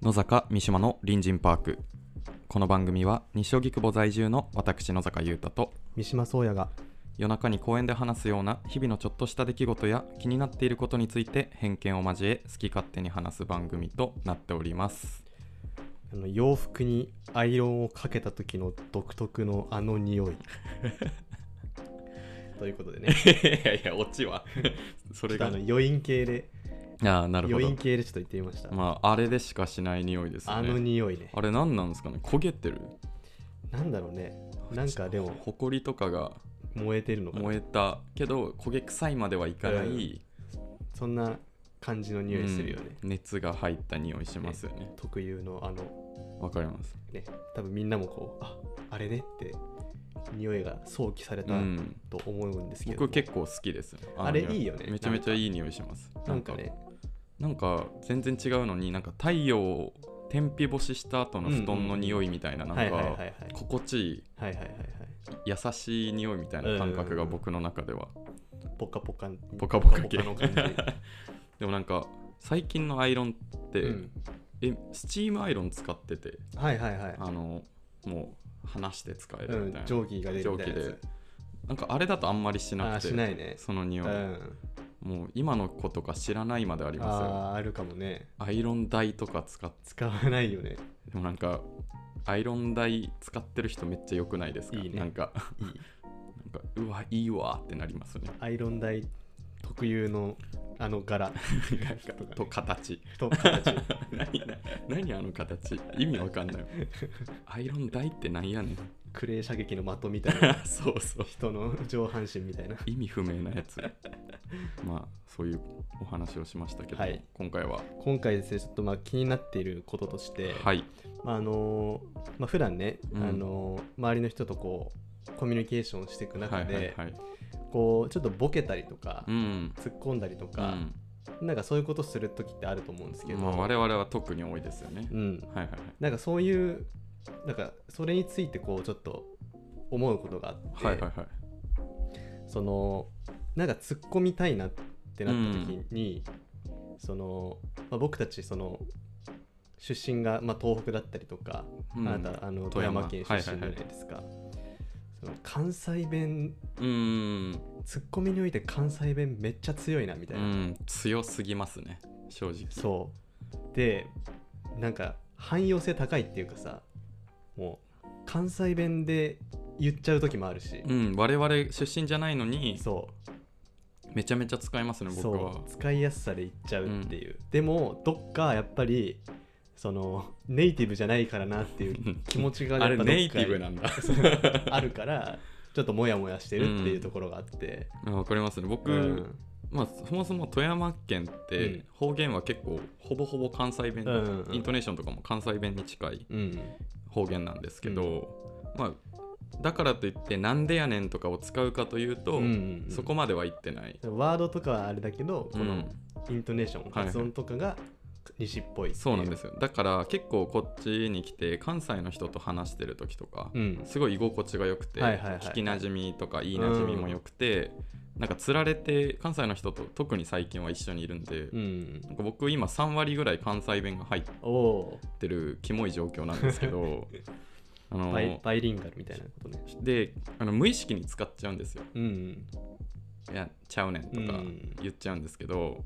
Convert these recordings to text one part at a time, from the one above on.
野坂三島の隣人パークこの番組は西荻窪在住の私野坂優太と三島宗也が夜中に公園で話すような日々のちょっとした出来事や気になっていることについて偏見を交え好き勝手に話す番組となっておりますあの洋服にアイロンをかけた時の独特のあの匂 いということでねいやいやオチ はそちょっとあの余韻系でああなるほ余韻ど系でちょっと言ってみました、まああれでしかしない匂いですよあねの匂いねあれ何なんですかね焦げてるなんだろうねなんかでもほこりとかが燃えてるのかな燃えたけど焦げ臭いまではいかない、うんそんな感じの匂いするよね、うん熱が入った匂いしますよね特有のあのわかりますね多分みんなもこうああれねって匂いが想起されうたんと思うんですけど、僕結構好きですのあれ匂いいよねめちゃめちゃいい匂いしますなんかねなんか全然違うのになんか太陽を天日干しした後の布団の匂いみたいななんはいはいはいはかい心地いいはいはいはいはい優しい匂いみたいな感覚が僕の中ではポカポカポカポカ系の感じ、でもなんか最近のアイロンって、うんえスチームアイロン使っててはいはいはいあのもう離して使えうるみたいな、ん蒸気が出るみたいなや蒸気つでなんかあれだとあんまりしあなーくてしないねその匂うい、んもう今の子とか知らないまでありますよあーあるかもねアイロン台とか使っ使わないよねでもなんかアイロン台使ってる人めっちゃ良くないですかいい ねなんかいいなんかうわいいわってなりますねアイロン台特有のあの柄なんかと形 と形何な何あの形意味わかんないアイロン台ってなんやねん クレー射撃の的みたいなそうそう人の上半身みたいな意味不明なやつまあそういうお話をしましたけど、はい今回は今回ですねちょっとまあ気になっていることとして、はいまああのまあ普段ね、うんあの周りの人とこうコミュニケーションをしていくは中いで、はいはいこうちょっとボケたりとか、うん突っ込んだりとうか、んなんかそういうことする時ってあると思うんですけど、まあ我々は特に多いですよね、うん、はいはいなんかそういうなんかそれについてこうちょっと思うことがあって、はいはいはいはいそのなんか突っ込みたいなってなった時に、その、まあ、僕たちその出身が、まあ、東北だったりとか、うんあなたあの富富山山県出身じゃないですか、その関西弁うーん突っ込みにおいて関西弁めっちゃ強いなみたういな、ん強すぎますね正直そうでなんか汎用性高いっていうかさもう関西弁で言っちゃう時もあるし、うん我々出身じゃないのにそめちゃめちゃ使いますねう僕はそう使いやすさで言っちゃうっていう、でもどっかやっぱりそのネイティブじゃないからなっていう気持ちがあやれっぱどっかにネイティブなんだ あるからちょっとモヤモヤしてるっていうところがあって、わかりますね僕、うんまあ、そもそも富山県ってうん方言は結構ほぼほぼ関西弁、うんうんうんイントネーションとかも関西弁に近いうん方言なんですけど、まあ、だからといって「なんでやねん」とかを使うかというと、うんうんうんそこまでは言ってない。ワードとかはあれだけどこうのんイントネーション、はい発音とかが西っぽいってい、そうなんですすよだから結構こっちに来て関西の人と話してる時とか、うん、すごい居心地が良くて、はいはいはい聞きなじみとかいいなじみも良くて、なんかつられて関西の人と特に最近は一緒にいるんで、うん、なんか僕今3割ぐらい関西弁が入っおおってるキモい状況なんですけ どあーバイのバイリンガルみたいなことねであの無意識に使っちゃうんですようん「いやちゃうねん」とうかん言っちゃうんですけど、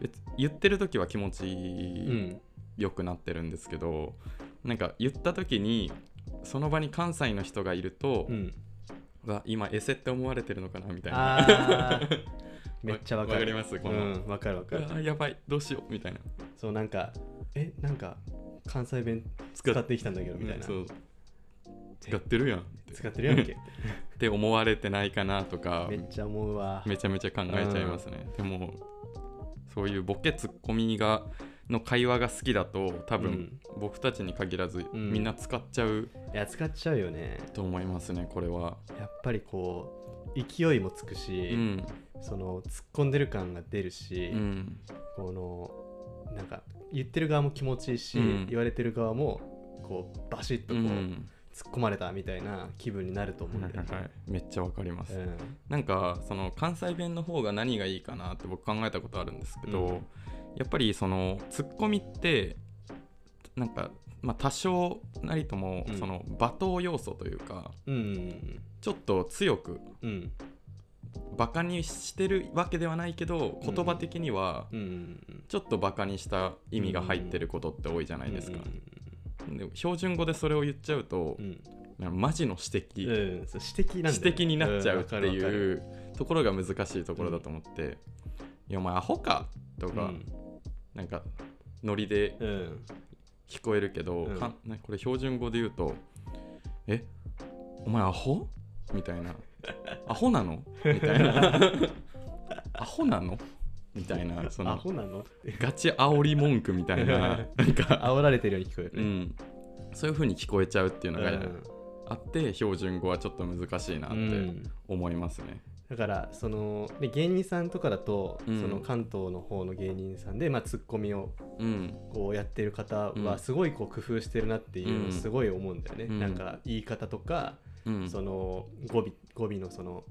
別言ってる時は気持うちんよくなってるんですけど、なんか言った時にその場に関西の人がいると、うんが今エセって思われてるのかなみたいなあー めっちゃわかわるかりますこのうんわかるわうかるわやばいどうしようみたいなそうなんかえなんか関西弁使使っってきたんだけどみたいなそう使ってるやんって使ってる やんけって思われてないかなとかめっちゃ思うわめちゃめちゃ考えちゃいますね、でもそういうボケツッコミがの会話が好きだと多分、僕たちに限らず、うんみんな使っちゃういや使っちゃうよねと思いますねこれは、やっぱりこう勢いもつくうし、んその突っ込んでる感が出るし、うんこのなんか言ってる側も気持ちいいし、うん言われてる側もこうバシッとうこう、ん突っ込まれたみたいな気分になると思うんはだいよはねいはいめっちゃわかります、うんなんかその関西弁の方が何がいいかなって僕考えたことあるんですけど、うんやっぱりそのツッコミってなんか、まあ、多少なりともうんその罵倒要素というか、うんちょっと強くうんバカにしてるわけではないけどうん言葉的にはうんうんちょっとバカにした意味が入ってることって多いじゃないですか、で標準語でそれを言っちゃうとう、んなんかマジの指うん摘、そう指摘なんだよね指摘になっちゃうってんわかるいうところが難しいところだと思って「いやお前アホか」とわかか、るなんかノリでうんうん聞こえるけど、うんかんねこれ標準語で言うと「えお前アホ?」みたい な「アホなの?」みたいな「アホなの?」みたいなそアのホなの ってガチ煽り文句みた いななんか、煽られてるように聞こえるうねん、そういう風に聞こえちゃうっていうのがうんあって、標準語はちょっと難しいなっうてん思いますね。だからそので芸人さんとかだと、うんその関東の方の芸人さんで、まあ、ツッコミをうん、こうやってる方うんはすごいこう工夫してるなっていうのうんをすごい思うんだよね、うんなんか言い方とか、うんその語尾語尾のその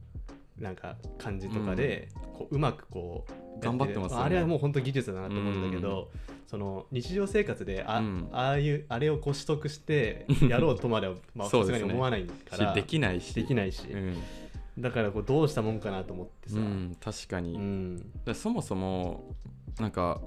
なんか感じとかで、こううまくこうや頑張ってますよねあれはもう本当技術だなと思うんだけど、その日常生活であ,、うんああいうあれをこう取 得してやろうとまではまあそうさですすねがに思わないかしらできないしできないし、うんだからこうどうしたもんかなと思ってさ、うん、確かに、うんでそもそもなんか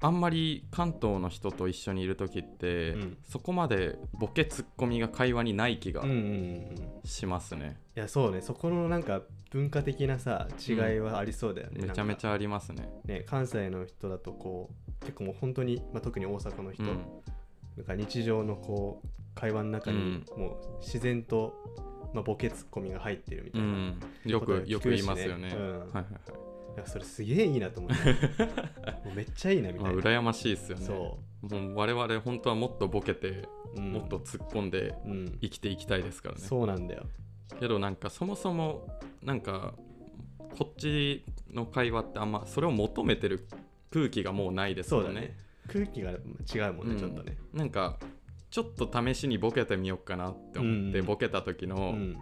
あんまり関東の人と一緒にいる時って、うんそこまでボケツッコミが会話にない気がうんうんうん、いしますね、やそうねそこのなんか文化的なさ違いはありそうだよね、めちゃめちゃ、ゃありますねね、関西の人だとこう結構もう本当に、まあ、特に大阪の人、うんなんか日常のこう会話の中にもう自然と、まあ、ボケツッコミが入ってるみたういな、ん、よこくとは聞くしねよく言いますよね、うんはいはいはいいやそれすげえいいなと思って もうめっちゃいいなみまたあいな、羨ましいですよねそもう我々本当はもっとボケて、う、うんもっと、突っ込んでうん、生きていきたいですからねそうなんだよけどなんかそもそもなんかこっちの会話ってあんまそれを求めてる空気がもうないですそようだねね空気が違うもんうね、んちょっとねなんかちょっと試しにボケてみようかなって思って、うんボケた時うの「ん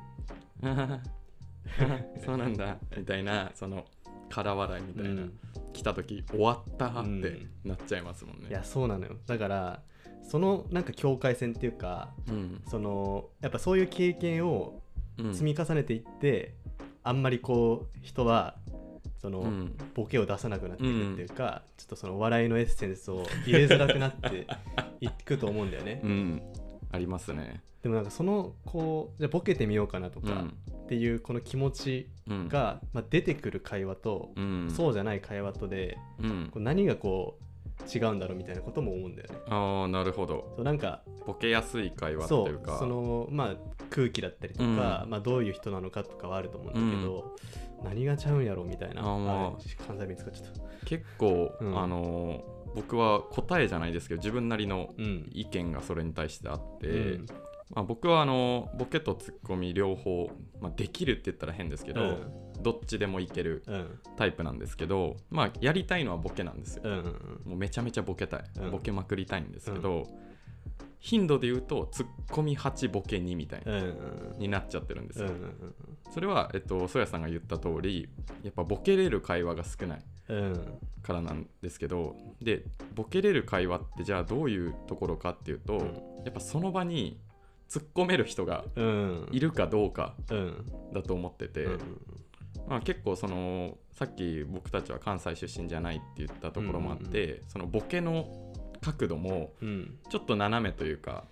あははあ そうなんだ」みたいなその空笑いみたいな、うん来た時「終わった」ってなっちゃいますもんね。いやそうなのよだからそのなんか境界線っていうかうんそのやっぱそういう経験をうん積み重ねていって、あんまりこう人はその、うんボケを出さなくなっていくっていうか、ちょっとその笑いのエッセンスを入れづらくなっていくと思うんだよね、うんありますね。でもなんかそのこうじゃあボケてみようかなとうかんっていうこの気持ちうんが、まあ、出てくる会話と、うん、そうじゃない会話とでうんこう何がこう違うんだろうみたいなことも思うんだよねああなるほど。そうなんかボケやすい会話ってそいううかそのまあ空気だったりとか、うんまあ、どういう人なのかとかはあると思うんだけど、何がちゃうんやろうみたいなあーまああ関西弁使っちゃった結構、うんあのー僕は答えじゃないですけど自分なりのうん意見がそれに対してあって、うんまあ、僕はあのーボケとツッコミ両方、まあ、できるって言ったら変ですけど、うんどっちでもいけるうんタイプなんですけど、まあ、やりたいのはボケなんですよ、うんうんもうめちゃめちゃボケたい、うんボケまくりたいんですけど、頻度で言うとツッコミ8ボケ2みたいな、うんうんになっちゃってるんですうんよ、うんそれは、えっと、ソヤさんが言った通りやっぱボケれる会話が少ないうんからなんですけどでボケれる会話ってじゃあどういうところかっていうと、うんやっぱその場に突っ込める人がうんいるかどうかうんだと思ってて、まあ、結構そのさっき僕たちは関西出身じゃないって言ったところもあって、そのボケの角度もうんちょっと斜めというか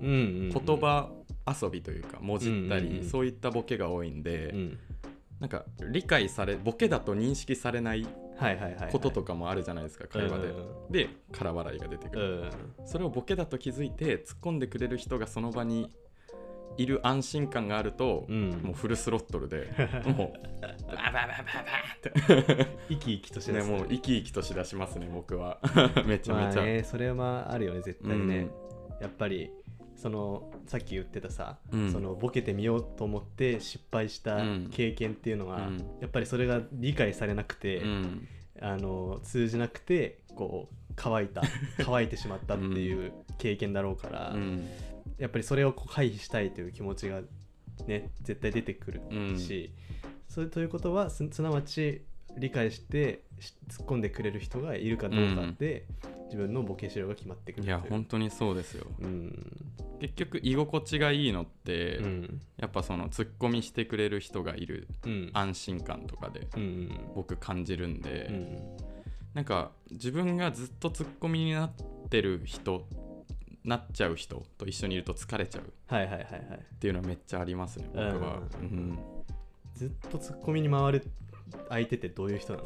うん言葉遊びというかもじったり、うんうんうんそういったボケが多いんで、うんなんか理解されボケだと認識されないはいはいはいはいこととかもあるじゃないですか、会話で。で空笑いが出てくうる、んそれをボケだと気づいて突っ込んでくれる人がその場にいる安心感があると、うんもうフルスロットルで もうババババババって生き生きとしてねますもう生き生きとしだしますね僕はめちゃまめあちゃ、ねそれはあるよね絶う対んねやっぱりそのさっき言ってたさうんそのボケてみようと思って失敗したうん経験っていうのはうんやっぱりそれが理解されなくてうんあの通じなくてこう乾 いた乾いてしまったっていう経験だろうからうんやっぱりそれをこう回避したいという気持ちがね絶対出てくるし、それということはすすなわち理解してし突っ込んでくれる人がいるかどうかで、自分のボケ資料が決まってくるいやとう本当にそうですようん結局居心地がいいのって、うんやっぱそのツッコミしてくれる人がいるうん安心感とかでうん僕感じるんで、うんなんか自分がずっとツッコミになってる人なっちゃう人と一緒にいると疲れちゃうっはいはいはいはいていうのはめっちゃありますね僕は、ううんんずっとツッコミに回る相手ってどういう人なの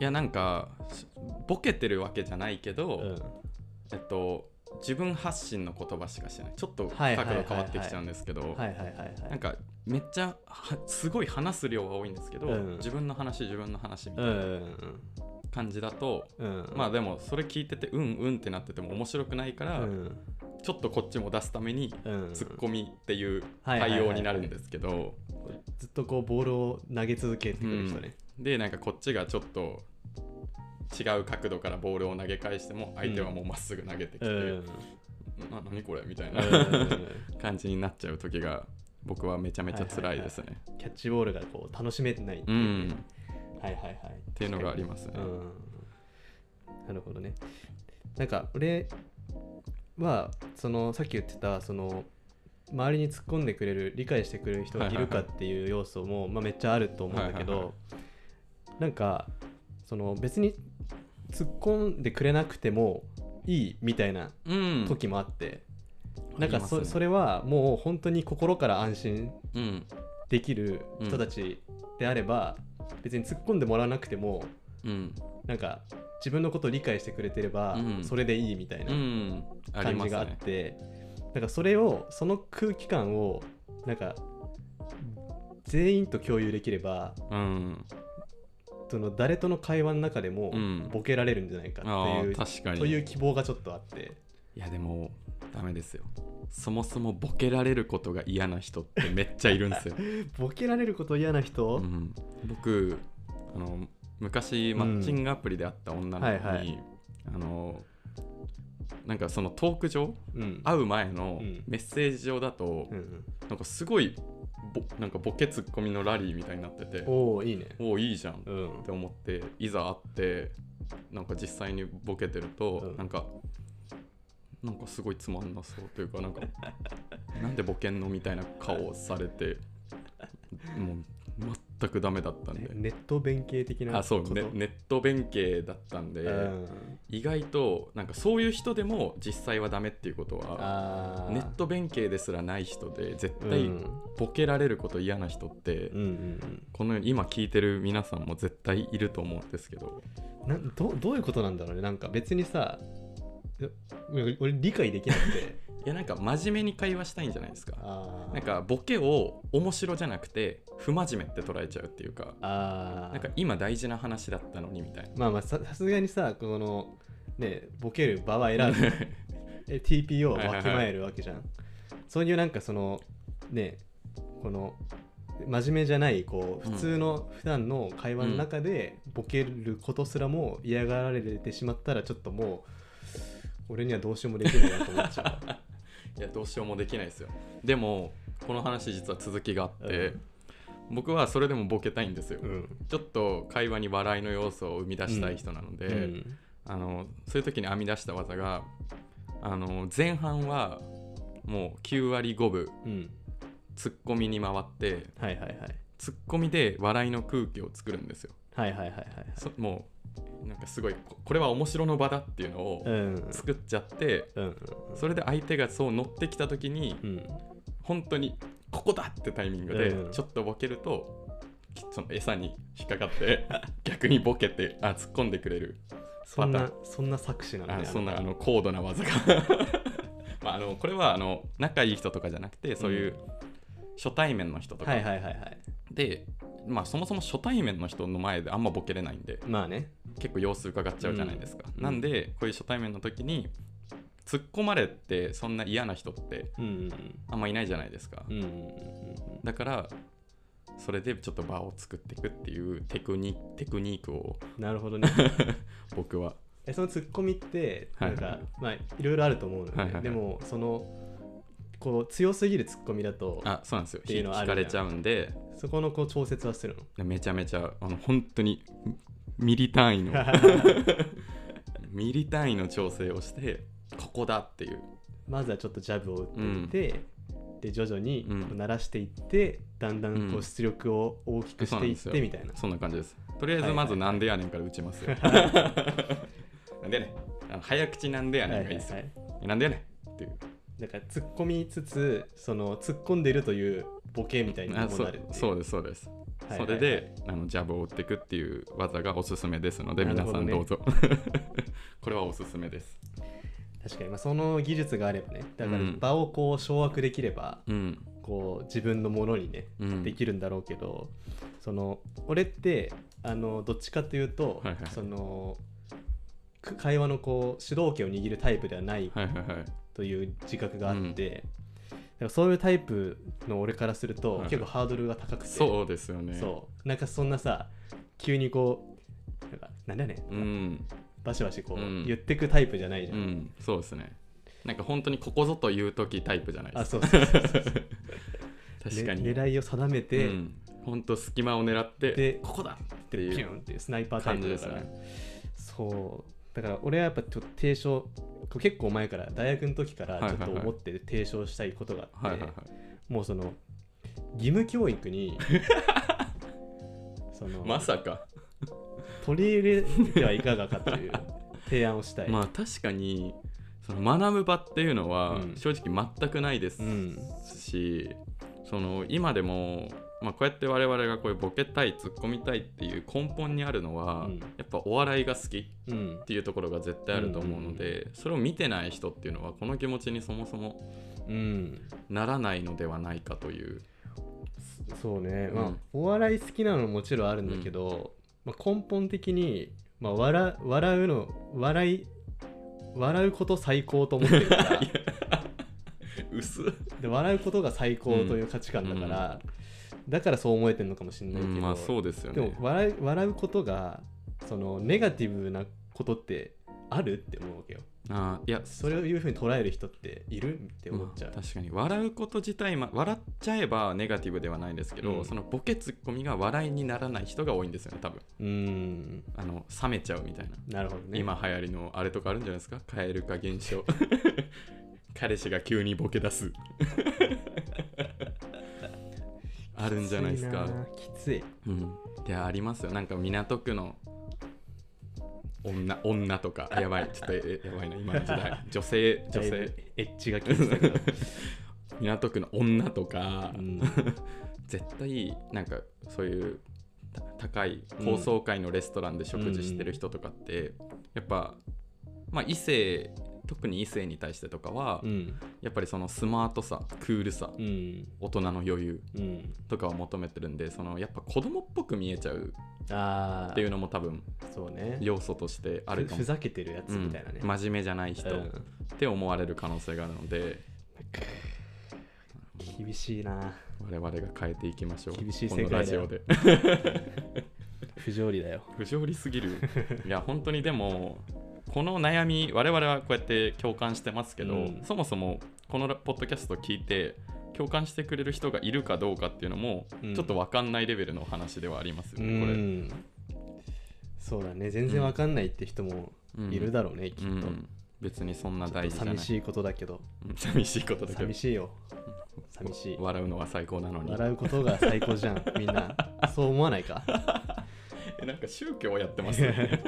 いやなんかしボケてるわけじゃないけど、うんえっと自分発信の言葉しかしてないちょっとはい角はいはいはい度変わってきちゃうんですけどはいはいはいはいなんかめっちゃはすごい話す量は多いんですけど、うん自分の話自分の話みたういんうなん感じだと、うんまあでもそれ聞いててうんうんってなってても面白くないから、うんちょっとこっちも出すためにうんツッコミっていうはいはいは対いはい応になるんですけどずっとこうボールを投げ続けてくる人ねでなんかこっちがちょっと違う角度からボールを投げ返しても相手はもうまっすぐ投げてきうて、んな何これみたいなうん感じになっちゃう時が僕はめちゃめちゃ辛いですね。キャッチボールがこう楽しめてないってういんうねはいはいはいっっていうのがありますね。うん、なるほどね。なんか俺はそのさっき言ってたその周りに突っ込んでくれる理解してくれる人がいるかっていう要素も、まあ、めっちゃあると思うんだけど、はいはいはなんかその別に突っ込んでくれなくてもいいみたいなうん、時もあって、なんあかそ,、りますねそれはもう本当に心から安心うんできる人たちであれば、別に突っ込んでもらわなくてもうんなんか自分のことを理解してくれてれば、うんそれでいいみたいなうん、あり感まじすがあっね。てなんかそれをその空気感をなんか全員と共有できればうん、その誰との会話の中でもうんボケられるんじゃないかあっていう、あ確かに。という希望がちょっとあっていやでもダメですよそもそもボケられることが嫌な人ってめっちゃいるんですよ、ボケられること嫌な人、うん、僕あの昔マッチングアプリで会った女の子に、はいはいあのなんかそのトーク上うん会う前のうんメッセージ上だと、うんなんかすごいぼなんかボケツッコミのラリーみたいになってておおいいねおおいいじゃんっうんて思っていざ会ってなんか実際にボケてると、うんなんかなんかすごいつまんなそうというかなんかなんでボケんのみたいな顔をされてもう全くダメだったんねで、ネット弁慶的なあそうことねネット弁慶だったんで、うん意外となんかそういう人でも実際はダメっていうことはあーネット弁慶ですらない人で絶対うんボケられること嫌な人って、うんうんうんこのように今聞いてる皆さんも絶対いると思うんですけどなどどういうことなんだろうねなんか別にさえ俺俺理解できなく ていやなんか真面目に会話したいんじゃないですかあーなんかボケを面白じゃなくて不真面目って捉えちゃうっていうかあーなんか今大事な話だったのにみたいまあまあささすがにさこのねボケる場は 選なぶえ TPO をはいはいはわいきまえるわけじゃん、そういうなんかそのねこの真面目じゃないこううん普通の普段の会話の中でボケることすらも嫌がられてしまったらちょっともう俺にはどうしようもできないなと思っちゃうわいやどうしようもできないですよでもこの話実は続きがあ って、僕はそれでもボケたいんですよ、うんちょっと会話に笑いの要素を生み出したい人なので、うんあのそういう時に編み出した技があの前半はもう9割5分うんツッコミに回ってはいはいはいツッコミで笑いの空気を作るんですよ。はいはいはいはいそもうなんかすごいここれは面白の場だっていうのをはい。うん。作っちゃってうん。それで相手がそう乗ってきた時にうん。本当にここだってタイミングでうんちょっとボケるときその餌に引っかかって 逆にボケてあ突っ込んでくれるそんパなタ、そんな作詞なんだあね。そんなあの高度な技 がまああのこれはあの仲いい人とかじゃなくてそういう初対面の人とかはいはいはいはい。で、まあ、そもそも初対面の人の前であんまボケれないんでまあね。結構様子伺っちゃうじゃないですか、うんなんでこういう初対面の時に突っ込まれてそんな嫌な人ってうん。あんまいないじゃないですか、うん。うん。だからそれでちょっと場を作っていくっていうテクニテクニックをなるほどね。僕はえ、そのツッコミって、はないんはいか、まあ、いろいろあると思うのはいはいはね。いでも、その。こう強すぎるツッコミだと、あそうなんですよていうのはあ引るじゃかれちゃんうんでそこのこう調節はするの。 めちゃめちゃあの本当にミリ単位のはミミリ単位の調整をしてここだっていうまずはちょっとジャブを打ってみて、で徐々にこううん慣らしていって、だんだんこううん出力を大きくしていっそうてみたいな、そんな感じですとりあえずまずなんでやねんから打ちますよ なんでやねんあの早口なんでやねんがいいですよはいはいなんでやねんっていうだから突っ込みつつその突っ込んでるというボケみたいにもなあるっそていうそうですそうです、はいはいはいそれであのジャブを打っていくっていう技がおすすめですのでなる皆ほさどんねどうぞ これはおすすめです確かに、まあ、その技術があればねだからうん場をこう掌握できれば、うんこう自分のものにねうんできるんだろうけど、その俺ってあのどっちかというと、はいはいはいそのく会話のこう主導権を握るタイプではないはいはいはいという自覚があって、だからそういうタイプの俺からすると、はいはい結構ハードルが高くてそうですようねそうなんかそんなさ急にこうなんかなんだね、うんバシバシこうう、ん言ってくタイプじゃないじゃ、うんんそうですねなんか本当にここぞという時タイプじゃないであすそうそうそうそう 確かに、ね狙いを定めて、うん、本当隙間を狙ってでここだってでピいうュンっていうスナイパータイ感じプでだすから、ねそうだから俺はやっぱちょっと提唱こう結構前から大学の時からはいはちょいっはいと思って提唱したいことがあって、はいはいはいもうその義務教 育にその、まさか取り入れてはいかがかという提案をしたい、まあ確かにその学ぶ場っていうのはうん正直全くないですうんし、その今でも、まあ、こうやって我々がこういうボケたいツッコみたいっていう根本にあるのは、うんやっぱお笑いが好きっうんていうところが絶対あると思うので、それを見てない人っていうのはこの気持ちにそもそもうんならないのではないかという。そうね、うまあんお笑い好きなのももちろんあるんだけど、まあ、根本的に、まあ、笑笑うの笑い笑うこと最高と思ってるから 薄で笑うことが最高という価値観だから、だからそう思えてるのかもしれないけど、まあそうですよでもね。笑う笑うことがそのネガティブなことってあるって思うわけよあーいやそれをいうふうに捉える人っているって思っちゃう、まあ確かに笑うこと自体、ま、笑っちゃえばネガティブではないんですけど、うんそのボケツッコミが笑いにならない人が多いんですよね多分うーんあの冷めちゃうみたいな、なるほどね今流行りのあれとかあるんじゃないですか蛙化現 象彼氏が急にボケ出すあるんじゃないですかきついなうんいやありますよなんか港区の女女とかやばいちょっとえやばいな今の時代女性きつ女いだ性いぶエッジがきつ いけど港区の女とか、うん絶対なんかそういうた高い高層階のレストランで食事してる人とかって、やっぱ、まあ、異性特に異性に対してとかは、うんやっぱりそのスマートさクールさうん大人の余裕うんとかを求めてるんでそのやっぱ子供っぽく見えちゃうああっていうのも多分そうね要素としてあるふかもふざけてるやつみたいなね、うん真面目じゃない人うっんて思われる可能性があるので、厳しいな我々が変えていきましょう厳しい世この界だよラジオで。不条理だよ不条理すぎ るいや本当にでもこの悩み我々はこうやって共感してますけど、うんそもそもこのポッドキャスト聞いて共感してくれる人がいるかどうかっていうのも、うんちょっと分かんないレベルの話ではありますようね、これんそうだね全然わかんないって人もいるだろうね、きっうと、ん、別にそんな大事じゃない寂しいことだけどうん寂しいことだけど寂しいよ寂しい笑うのは最高なのに笑うことが最高じ ゃんみんなそう思わないかやえなんか宗教やって ますね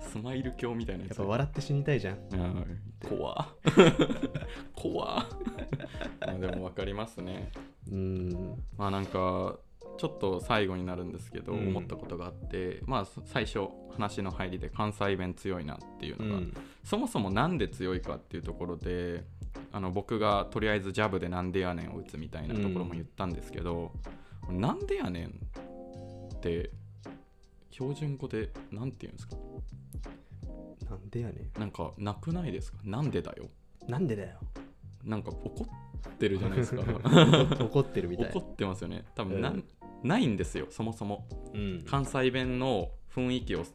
スマイル教みたいなやっつぱ笑って死にたいじゃんうん怖 怖まあでも分かりますねうんまあなんかちょっと最後になるんですけどうん思ったことがあって、まあそ最初話の入りで関西弁強いなっていううのが、んそもそもなんで強いかっていうところであの僕がとりあえずジャブでなんでやねんを打つみたいなところも言ったんですけど、なんでやねんって標準語でなんて言うんですかなんでやねなんかなくないですかなんでだよんなんでだよなんか怒ってるじゃないですか怒ってる みたい怒ってますよね多分なん、うんないんですよそもそもうん関西弁の雰囲気を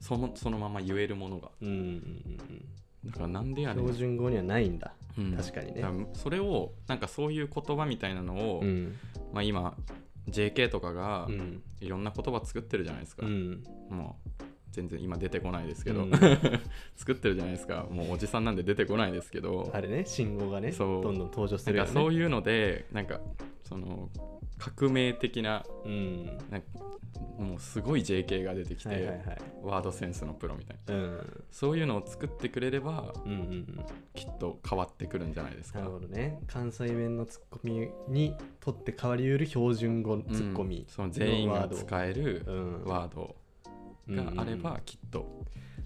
そのそのまま言えるものがうんうんだからなんでうやんねん標準語にはないんだうん確かにねだらそれをなんかそういう言葉みたいなのを、うんまあ、今 JK とかがうんいろんな言葉作ってるじゃないですか、うんもう全然今出てこないですけど、うん 作ってるじゃないですかもうおじさんなんで出てこないですけどあれね信号がねそどうんどん登場しなてんるよかねそういうのでなんかその革命的なうんなんかもうすごい JK が出てきて、はいはいはいワードセンスのプロみたいなうんそういうのを作ってくれればうんうんうんきっと変わってくるんじゃないですかなるほどね関西弁のツッコミにとって変わりうる標準語ツッコうんミその全員が使えうるんワードがあればきっと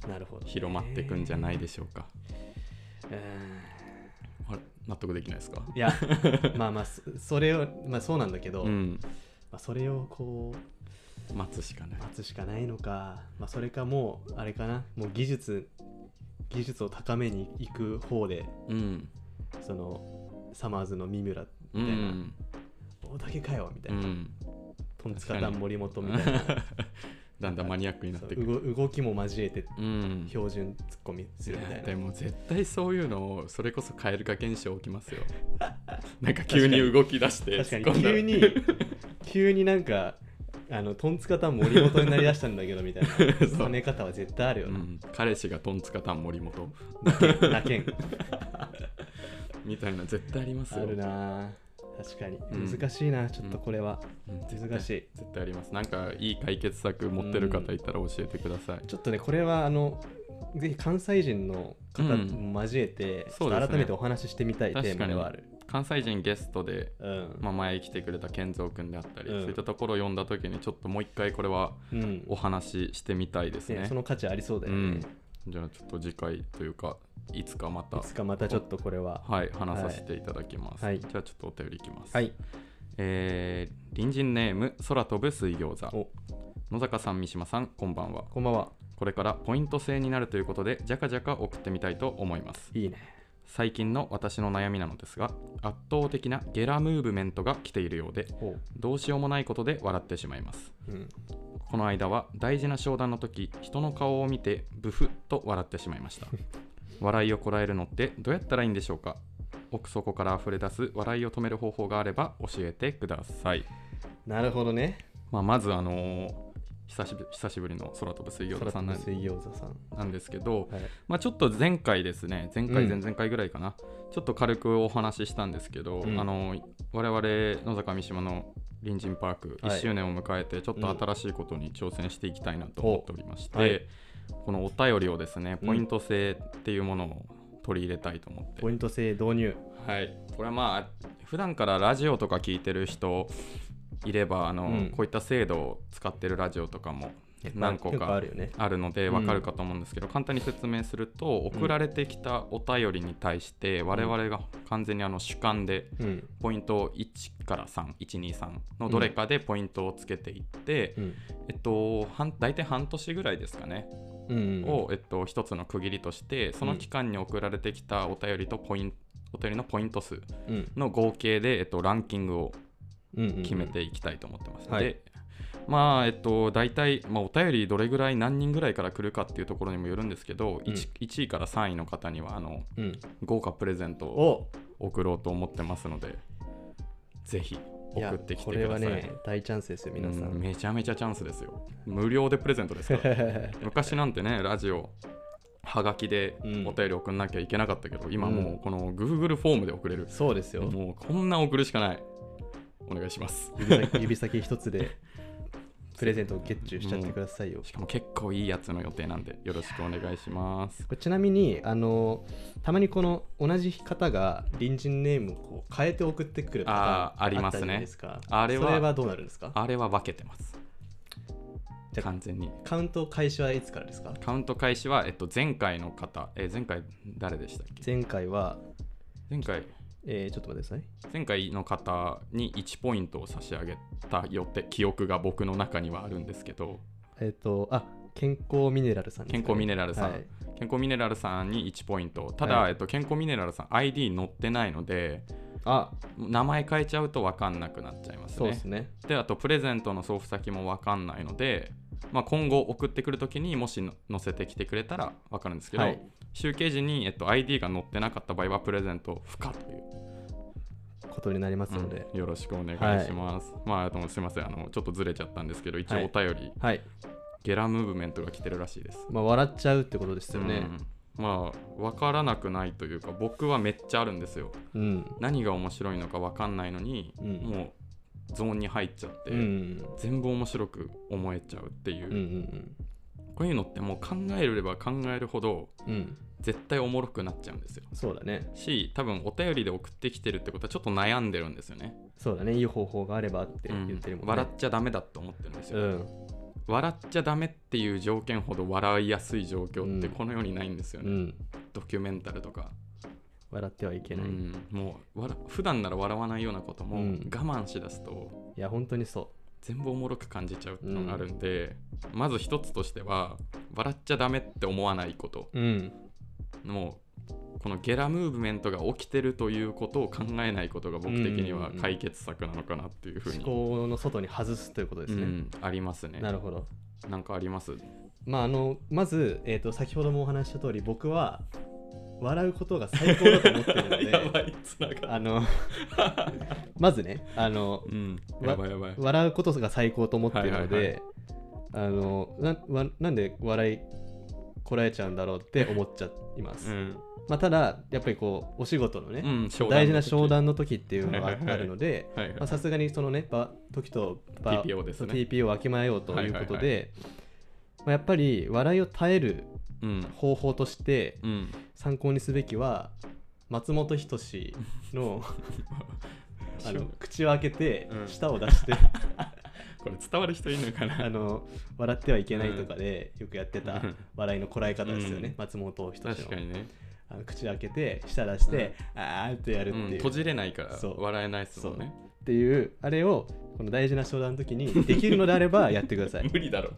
なるほどね広まっていくんじゃないでしょうか、うんあれ納得できないですかいやまあまあそ それをまあそうなんだけど、うんまあ、それをこう待つしかない待つしかないのか、まあ、それかもうあれかなもう技術技術を高めにいく方でうんそのサマーズの三村うみたいな、ん大竹かよみたういな、んトンツカ確タかンに森本みたいな だんだんマニアックになってくるそう動動きも交えてうん標準ツッコミするみいたやいでなも絶対そういうのをそれこそ蛙化現象起き ますよなんか急に動き出して確突かっ込にんだら急に急になんかあのトンツカタン森本になりだしたんだけどみたいな そう冷め方は絶対あるような、ん、彼氏がトンツカタン森本 なけんみたいな絶対ありますあよるな確かにうん難しいな、ちょっとこれは、うん絶対難しい絶対ありますなんかいい解決策持ってる方いたら教えてください、ちょっとねこれはあのぜひ関西人の方も交えて、ちそょうっですねと改めてお話ししてみたいテ確かにーマではある、関西人ゲストで、うんまあ、前来てくれた健三君であったり、うんそういったところを読んだ時にちょっともう一回これはうんお話ししてみたいですねねその価値ありそうだうよね、ん、じゃあちょっと次回というかいつかまたいつかまたちょっとこれははい話させていただきます、はいじゃあちょっとお便りいきます、はいえー隣人ネーム空飛ぶ水餃子お野坂さん三島さんこんばんはこんばんはこれからポイント制になるということでじゃかじゃか送ってみたいと思いますいいね最近の私の悩みなのですが圧倒的なゲラムーブメントが来ているようでおう、どうしようもないことで笑ってしまいますうん、この間は大事な商談の時人の顔を見てブフッと笑ってしまいました笑いをこらえるのってどうやったらいいんでしょうか奥底から溢れ出す笑いを止める方法があれば教えてください、なるほどねまあ、まずあのー久しぶ久しぶりの空飛ぶ水空餃飛子さんなぶん水餃子さんなんですけど、はいまあ、ちょっと前回ですね前回うん前々回ぐらいかな、ちょっと軽くお話ししたんですけど、うんあの我々野坂三島の隣人パークはい1周年を迎えてちょっと新しいことに挑戦していきたいなとうん思っておりまして、ほうはいこのお便りをですねうんポイント制っていうものを取り入れたいと思って、ポイント制導入はい、これはまあ普段からラジオとか聞いてる人いればあの、うんこういった制度を使ってるラジオとかも何個結構かあるよねあるのでわかるかと思うんですけど、簡単に説明すると送られてきたお便りに対して我々が完全にあの主観でうんポイントを1から3123のどれかでポイントをつけていって、うんえっと半大体半年ぐらいですかね、うんを、えっと、一つの区切りとしてその期間に送られてきたお便りとポイントお便りのポイント数うんの合計で、えっと、ランキングをうんうん決めていきたいと思ってます。うんはいで、まあ、えっと、大体、まあ、お便りどれぐらい何人ぐらいから来るかっていうところにもよるんですけど、うん 1, 1位から3位の方にはあのうん豪華プレゼントをを送ろうと思ってますので、ぜひ送ってきてください。いやこれはね大チャンスですよ皆さうんん、めちゃめちゃチャンスですよ。無料でプレゼントですから。昔なんてね、ラジオ、はがきでうんお便り送んなきゃいけなかったけど、今もんうこの Google フォームで送れる。 そうですよもうこんな送るしかない。お願いし ます。指先指先一つでプレゼントをゲッチュしちゃってくださいよ、しかも結構いいやつの予定なんでよろしくお願いします。これちなみにあのたまにこの同じ方が隣人ネームをこう変えて送ってくるパターンあーありますねったじゃないですかあれはそれはどうなるんですかあれは分けてます。じゃあ完全に。カウント開始はいつからですかカウント開始は、えっと、前回の方、えー前回誰でしたっけ前回は、前回えー、ちょっと待ってください前回の方に1ポイントを差し上げた予定記憶が僕の中にはあるんですけどえっ、とあ健康ミネラルさんですか健ね康ミネラルさんはい健康ミネラルさんに1ポイントただ、はいえっと、健康ミネラルさん ID 載ってないのであ名前変えちゃうと分かんなくなっちゃいますね。そうですねであとプレゼントの送付先も分かんないので、まあ、今後送ってくるときにもしの載せてきてくれたら分かるんですけど、はい集計時に、えっと、ID が載ってなかった場合はプレゼント不可という、ことになりますので、うんよろしくお願いします、まああとすいませんあのちょっとずれちゃったんですけど一応はいお便りはいゲラムーブメントが来てるらしいです。まあ笑っちゃうってことですようね。んまあ分からなくないというか僕はめっちゃあるんですよ。うん。何が面白いのか分かんないのに、うんもうゾーンに入っちゃって、うん。全部面白く思えちゃうっていう、うんうんこういうのってもう考えれば考えるほどうん。うん。絶対おもろくなっちゃうんですよそうだね。し多分お便りで送ってきてるってことはちょっと悩んでるんですよねそうだね。いい方法があればってうん言ってるもんね。笑っちゃダメだと思ってるんですよ、うん。笑っちゃダメっていう条件ほど笑いやすい状況ってうんこの世にないんですようね、ん。ドキュメンタルとか、笑ってはいけない。ういんもうわら普段なら笑わないようなこともう我ん慢しだすとや、本当にそ全部おもろく感じちゃうっていうのがあるんで、まず一つとしては笑っちゃダメって思わないことう。うん。もうこのゲラムーブメントが起きてるということを考えないことが僕的には解決策なのかなっていうふう思に、考の外に外すということですうね。んありますねなるほど。なんかありますまあ、あの、まず、えっ、と、先ほどもお話しした通り、僕は。笑うことが最高だと思ってるの で。いつながあの。まずね、あの、うんやばいやばい笑うことが最高と思ってるのはいはいはで、あのなわなんで笑いこらえちゃうんだろうって思っちゃいます、うん、まあ、ただやっぱりこうお仕事のね、うん、商談の時大事な商談の時っていうのがはあいはいはいるのではいはいまあさすがにそのね場時と場 TPO ですね TPO をわきまえようということで、はいはいまあ、やっぱり笑いを耐えるうん方法としてうん参考にすべきは松本人志 のあの口を開けてうん舌を出して、これ伝わる人いるのか なあの笑ってはいけないとかでよくやってたうん笑いのこらえ方ですよね、うん松本人志確かのにね、あの口開けて舌出して、あーってやるっうてん、いう,、閉っじれないからそう笑えないですもんねていうあれをこの大事な商談の時にできるのであればやってくだ さい無理だろ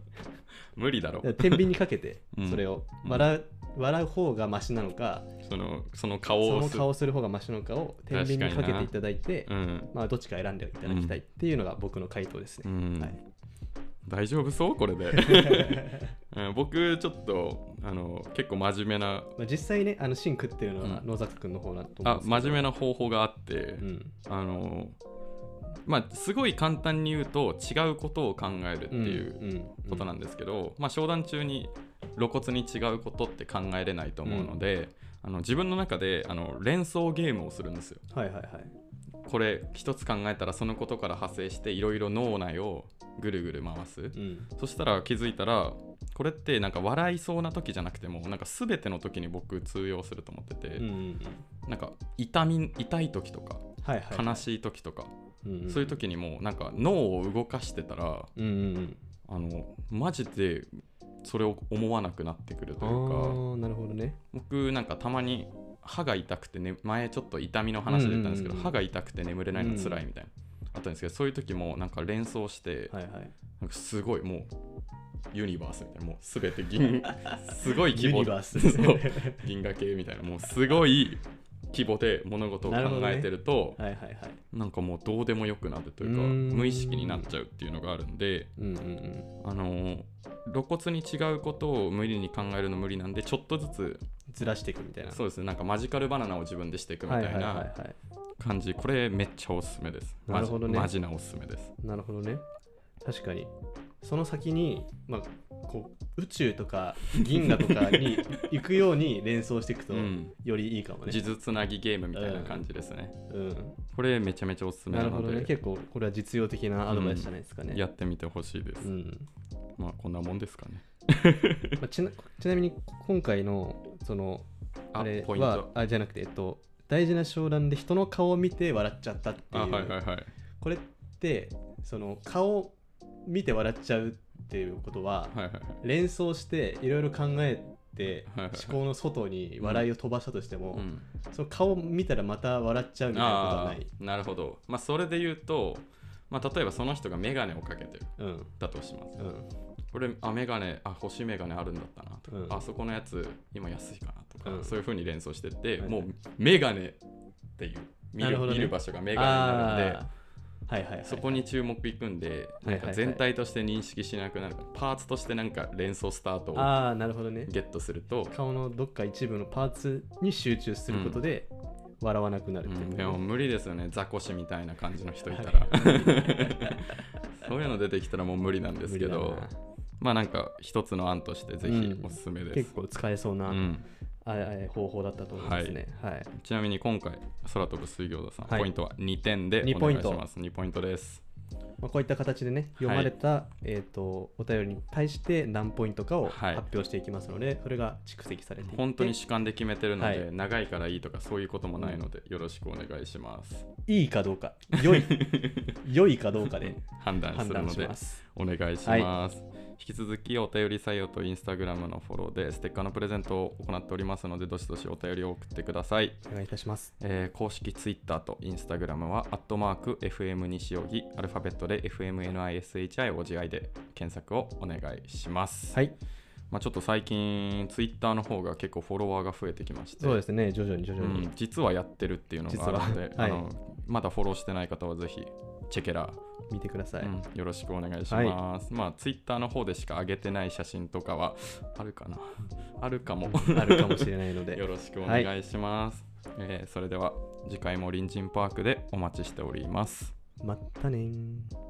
無理だろだから天秤にかけてうんそれをうん笑う,、笑う方がマシなのかそのその顔そをのす顔をする方がマシなのかを天秤にかけていただいて、うん、まあ、どっちか選んでいただきたいっていうのが僕の回答ですうね、んはい大丈夫そうこれ で、うん僕ちょっとあの結構真面目なまあ、実際ねあの芯食ってるのはうん野坂君の方だと思うあんですけど真面目な方法があって、うんあのまあすごい簡単に言うと違うことを考えるっていうことなんんですけど、まあ、商談中に露骨に違うことって考えれないと思うので、あの自分の中であの連想ゲームをするんですよ。はいはいはいこれ一つ考えたらそのことから派生していろいろ脳内をぐるぐる回す、うんそしたら気づいたらこれってなんか笑いそうな時じゃなくてもなんか全ての時に僕通用すると思ってて、うんうんうんなんか痛み痛い時とかはいはい悲しい時とか、うんんそういう時にもなんか脳を動かしてたらうんうんうんあのマジでそれを思わなくなってくるというかああなるほどね僕なんかたまに歯が痛くて、ね、前ちょっと痛みの話で言ったんですけど、うんうんう歯んが痛くて眠れないの辛いみたいな、あったんですけどそういう時もなんか連想して、はいはいなんかすごいもうユニバースみたいなもうすべて 銀すごい規ユ模ニでバー スそう銀河系みたいなもうすごい規模で物事を考なるほどねえてるとはいはいはいなんかもうどうでもよくなるというかうーん無意識になっちゃうっていうのがあるんでうんうんうんあのー露骨に違うことを無理に考えるの無理なんでちょっとずつずらしていくみたいなそうですねなんかマジカルバナナを自分でしていくみたいはいはいはないはい感じこれめっちゃおすすめですマジなるほどねマジなおすすめですなるほどね確かにその先にまあこう宇宙とか銀河とかに行くように連想していくとうんよりいいかもね地図つなぎゲームみたいな感じですねうんこれめちゃめちゃおすすめななるほのどねで結構これは実用的なアドバイスじゃないですかねやってみてほしいです、うんまあこんなもんですかねまあ、ちなちなみに今回のそのああれポインはトあじゃなくて、えっと、大事な商談で人の顔を見て笑っちゃったってあいう、はいはいはいこれってその顔を見て笑っちゃうっていうことは、はいはいはい連想していろいろ考えてはいはい思考の外に笑いを飛ばしたとしても、うんその顔を見たらまた笑っちゃうみたいなことはあない。あなるほどまあそれで言うとまあ例えばその人が眼鏡をかけてるうんだとしますうんこれあ眼鏡あ星眼鏡あるんだったなとか、うんあそこのやつ今安いかなとか、うんそういうふうに連想してって、いはいもう眼鏡っていう見なるるほどね見る場所が眼鏡になるんであーはいはいはいそこに注目いくんで、はいはいはいなんか全体として認識しなくなるから、パーツとしてなんか連想スタートをああなるほどねゲットすると、顔のどっか一部のパーツに集中することで笑わなくなるうっていんう、でも無理ですよね、ザコシみたいな 感じの人いたら。そういうの出てきたらもう無理なんですけ無ど理だ、まあなんか一つの案としてぜひおすすめです、結構使えそうな、うんああ方法だったと思いますね。はい。ちなみに今回空飛ぶ水餃子さん、はいポイントは2点で2お願いします2ポイントですまあ、こういった形でね、読まれた、えー、とお便りに対して何ポイントかをはい発表していきますので、それが蓄積されていって本当に主観で決めてるので、はい長いからいいとかそういうこともないのでよろしくお願いしますいいかどうか、良い良いかどうかで判断判 する断のしでます。お願いします、引き続きお便り採用とインスタグラムのフォローでステッカーのプレゼントを行っておりますのでどしどしお便りを送ってくださいお願いいたします。えー公式 Twitter と Instagram は、アットマーク FM 西荻、アルファベットで FMNISHIOGI で検索をお願いします。はい、まあ、ちょっと最近、Twitter の方が結構フォロワーが増えてきまして、そうですね、徐々に徐々うに。ん実はやってるっていうのがあるので、実ははいあのまだフォローしてない方はぜひ、チェケラ、見てください。うんよろしくお願いします。まあ、Twitter の方でしか上げてない写真とかは、あるかなあるかも。あるかもしれないので よ、ろしくお願いします、えーそれでは次回も隣人パークでお待ちしておりますまったねー。